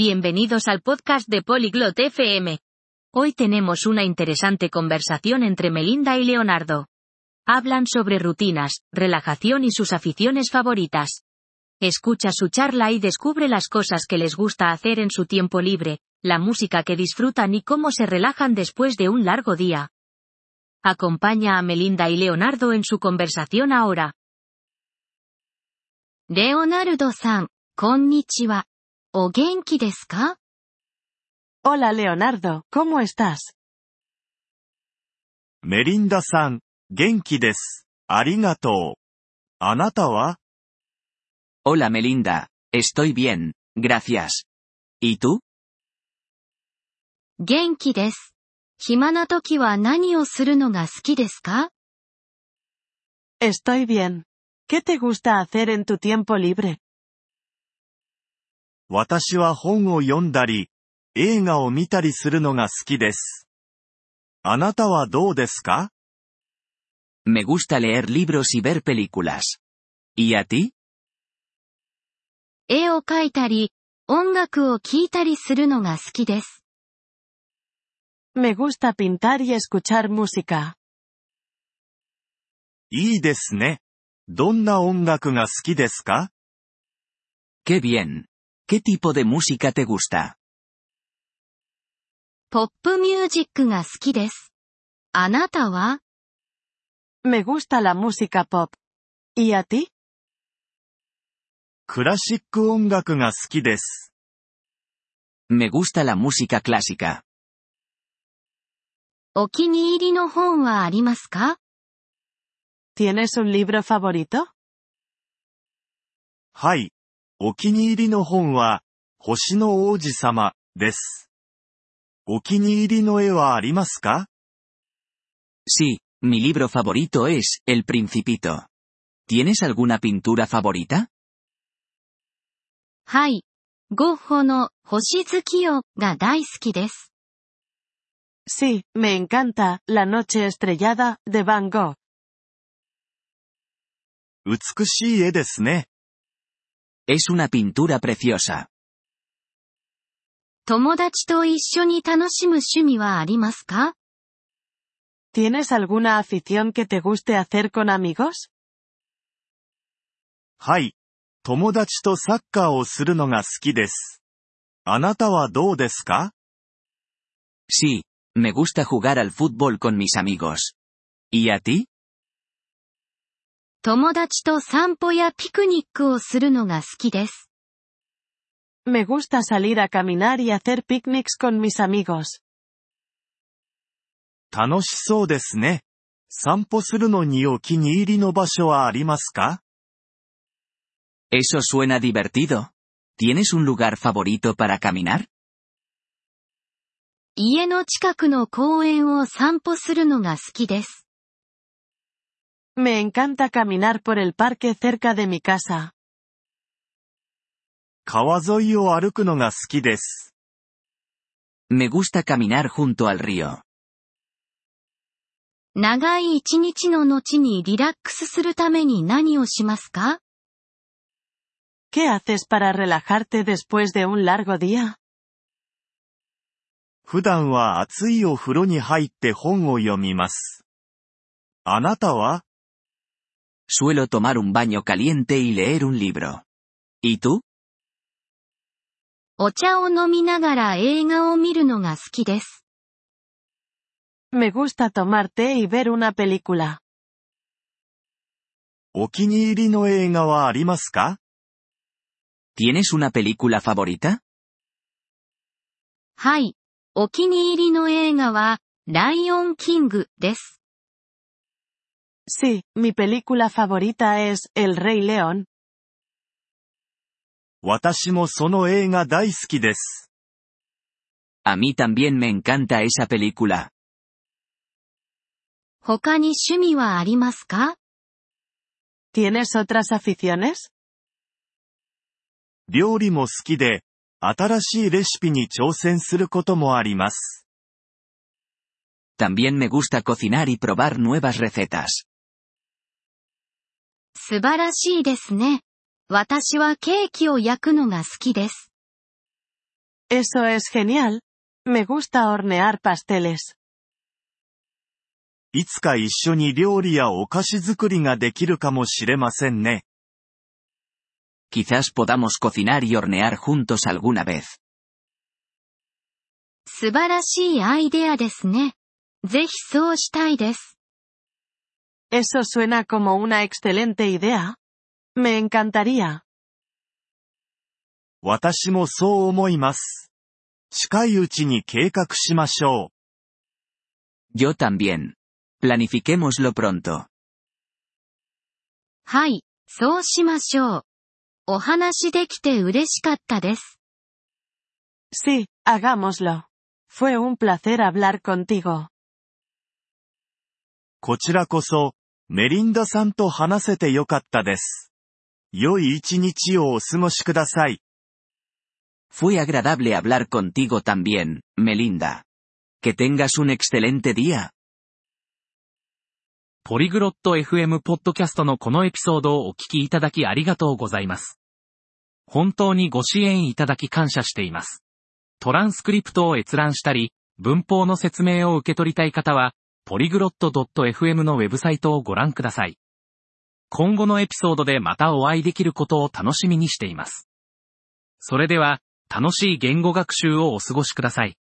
Bienvenidos al podcast de Polyglot FM. Hoy tenemos una interesante conversación entre Melinda y Leonardo. Hablan sobre rutinas, relajación y sus aficiones favoritas. Escucha su charla y descubre las cosas que les gusta hacer en su tiempo libre, la música que disfrutan y cómo se relajan después de un largo día. Acompaña a Melinda y Leonardo en su conversación ahora. Leonardo-san, konnichiwa. ¿O genki desu ka? Hola Leonardo, ¿cómo estás? メリンダさん、元気です。ありがとう。あなたは Hola Melinda, estoy bien, gracias. ¿Y tú? 元気です。暇な時は何をするのが好きですか Estoy bien. ¿Qué te gusta hacer en tu tiempo libre? 私は本を読んだり、映画を見たりするのが好きです。あなたはどうですか Me gusta leer libros y ver películas. ¿Y a ti? 絵を描いたり、音楽を聴いたりするのが好きです。 Me gusta pintar y escuchar música. いいですね。どんな音楽が好きですか Qué bien. ¿Qué tipo de música te gusta? ポップミュージックが好きです。あなたは Me gusta la música pop. ¿Y a ti? クラシック音楽が好きです。 Me gusta la música clásica. お気に入りの本はありますか ¿Tienes un libro favorito? はい。お気に入りの本は、星の王子様、です。お気に入りの絵はありますか Sí, mi libro favorito es El Principito. ¿Tienes alguna pintura favorita? はい。ゴッホの星月夜が大好きです。 Sí, me encanta, La Noche Estrellada, de Van Gogh. 美しい絵ですね。 Es una pintura preciosa. 友達と一緒に楽しむ趣味はありますか ¿Tienes alguna afición que te guste hacer con amigos? はい。友達とサッカーをするのが好きです。あなたはどうですか Sí, me gusta jugar al fútbol con mis amigos. ¿Y a ti? 友達と散歩やピクニックをするのが好きです。 Me gusta salir a caminar y hacer picnics con mis amigos. 楽しそうですね。散歩するのにお気に入りの場所はありますか Eso suena divertido. ¿Tienes un lugar favorito para caminar? 家の近くの公園を散歩するのが好きです。 Me encanta caminar por el parque cerca de mi casa. 川沿いを歩くのが好きです。 Me gusta caminar junto al río. 長い一日の後にリラックスするために何をしますか ¿Qué haces para relajarte después de un largo día? 普段は暑いお風呂に入って本を読みます。あなたは Suelo tomar un baño caliente y leer un libro. ¿Y tú? お茶を飲みながら映画を見るのが好きです。 Me gusta tomar té y ver una película. お気に入りの映画はありますか ¿Tienes una película favorita? はい。お気に入りの映画は、ライオンキングです。 Sí, mi película favorita es El Rey León. 私もその映画大好きです。 A mí también me encanta esa película. 他に趣味はありますか ¿Tienes otras aficiones? 料理も好きで、新しいレシピに挑戦することもあります。 También me gusta cocinar y probar nuevas recetas. 素晴らしいですね。私はケーキを焼くのが好きです。 Eso es genial. Me gusta hornear pasteles. いつか一緒に料理やお菓子作りができるかもしれませんね。 Quizás podamos cocinar y hornear juntos alguna vez. 素晴らしいアイデアですね。ぜひそうしたいです。 Eso suena como una excelente idea. Me encantaría. 私もそう思います。近いうちに計画しましょ Yo también. Planifiquémoslo pronto. はい、そうしましょう。お話できて嬉しかったです。 Sí, hagámoslo. Fue un placer hablar contigo. う。こちらこそ、メリンダさんと話せてよかったです。良い一日をお過ごしください。 Fue agradable hablar contigo también, Melinda. Que tengas un excelente día. ポリグロット FM ポッドキャストのこのエピソードをお聞きいただきありがとうございます。本当にご支援いただき感謝しています。トランスクリプトを閲覧したり、文法の説明を受け取りたい方は、ポリグロット .fm のウェブサイトをご覧ください。今後のエピソードでまたお会いできることを楽しみにしています。それでは、楽しい言語学習をお過ごしください。